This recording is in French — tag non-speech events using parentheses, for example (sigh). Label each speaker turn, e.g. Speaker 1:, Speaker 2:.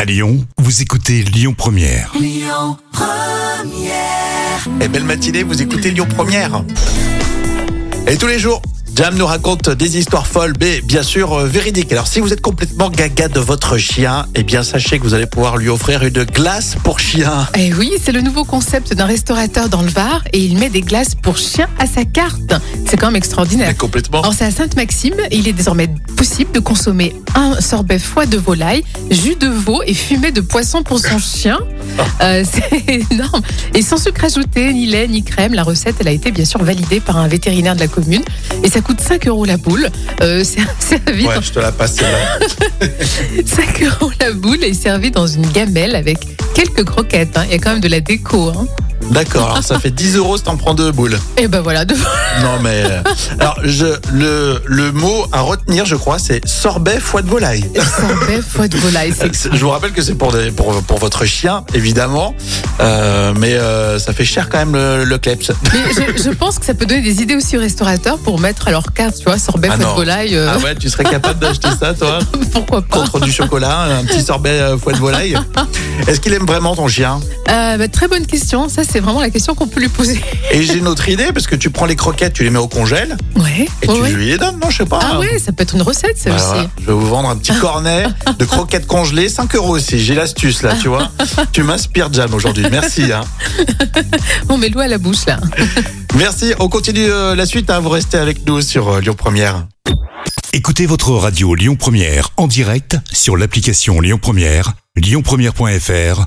Speaker 1: À Lyon, vous écoutez Lyon Première.
Speaker 2: Et belle matinée, vous écoutez Lyon Première. Et tous les jours, Jam nous raconte des histoires folles, mais bien sûr euh, véridiques. Alors si vous êtes complètement gaga de votre chien, eh bien sachez que vous allez pouvoir lui offrir une glace pour chien.
Speaker 3: Eh oui, c'est le nouveau concept d'un restaurateur dans le Var et il met des glaces pour chiens à sa carte. C'est quand même extraordinaire.
Speaker 2: Mais complètement.
Speaker 3: Alors c'est à Sainte-Maxime, et il est désormais possible de consommer un sorbet foie de volaille, jus de veau et fumée de poisson pour son chien. Euh, c'est énorme. Et sans sucre ajouté, ni lait, ni crème, la recette, elle a été bien sûr validée par un vétérinaire de la commune. Et ça coûte 5 euros la boule. Euh, c'est c'est à vivre
Speaker 2: Ouais, je te la passe. celle-là.
Speaker 3: 5 euros la boule est servie dans une gamelle avec quelques croquettes. hein. Il y a quand même de la déco. Hein.
Speaker 2: D'accord, alors ça fait 10 euros si t'en prends deux boules.
Speaker 3: Et ben voilà, de
Speaker 2: Non mais... euh, Alors je, le, le mot à retenir, je crois, c'est sorbet foie de volaille. Euh,
Speaker 3: sorbet foie de volaille. c'est-
Speaker 2: Je vous rappelle que c'est pour, des- pour, pour votre chien, évidemment. Euh, mais euh, ça fait cher quand même le, le kleps.
Speaker 3: Mais je, je pense que ça peut donner des idées aussi aux restaurateurs pour mettre à leur carte, tu vois, sorbet
Speaker 2: Ah
Speaker 3: foie
Speaker 2: non.
Speaker 3: de volaille. euh, (laughs)
Speaker 2: Ah ouais, tu serais capable d'acheter ça, toi
Speaker 3: Pourquoi pas
Speaker 2: Contre du chocolat, un petit sorbet euh, foie de volaille. Est-ce qu'il aime vraiment ton chien
Speaker 3: Euh, bah, Très bonne question. Ça, c'est vraiment la question qu'on peut lui poser.
Speaker 2: Et j'ai une autre idée, parce que tu prends les croquettes, tu les mets au congèle
Speaker 3: Ouais.
Speaker 2: et
Speaker 3: ouais,
Speaker 2: tu
Speaker 3: ouais.
Speaker 2: lui les donnes, non, je sais pas.
Speaker 3: Ah ouais, ça peut être une recette, ça
Speaker 2: Bah,
Speaker 3: aussi.
Speaker 2: voilà. Je vais vous vendre un petit cornet de croquettes congelées, 5 euros aussi. J'ai l'astuce là, tu vois. Tu m'inspires, Jam, aujourd'hui. Merci. hein.
Speaker 3: On met l'eau à la bouche, là.
Speaker 2: Merci. On continue euh, la suite. hein. Vous restez avec nous sur euh, Lyon Première.
Speaker 1: Écoutez votre radio Lyon Première en direct sur l'application Lyon Première, lyonpremière.fr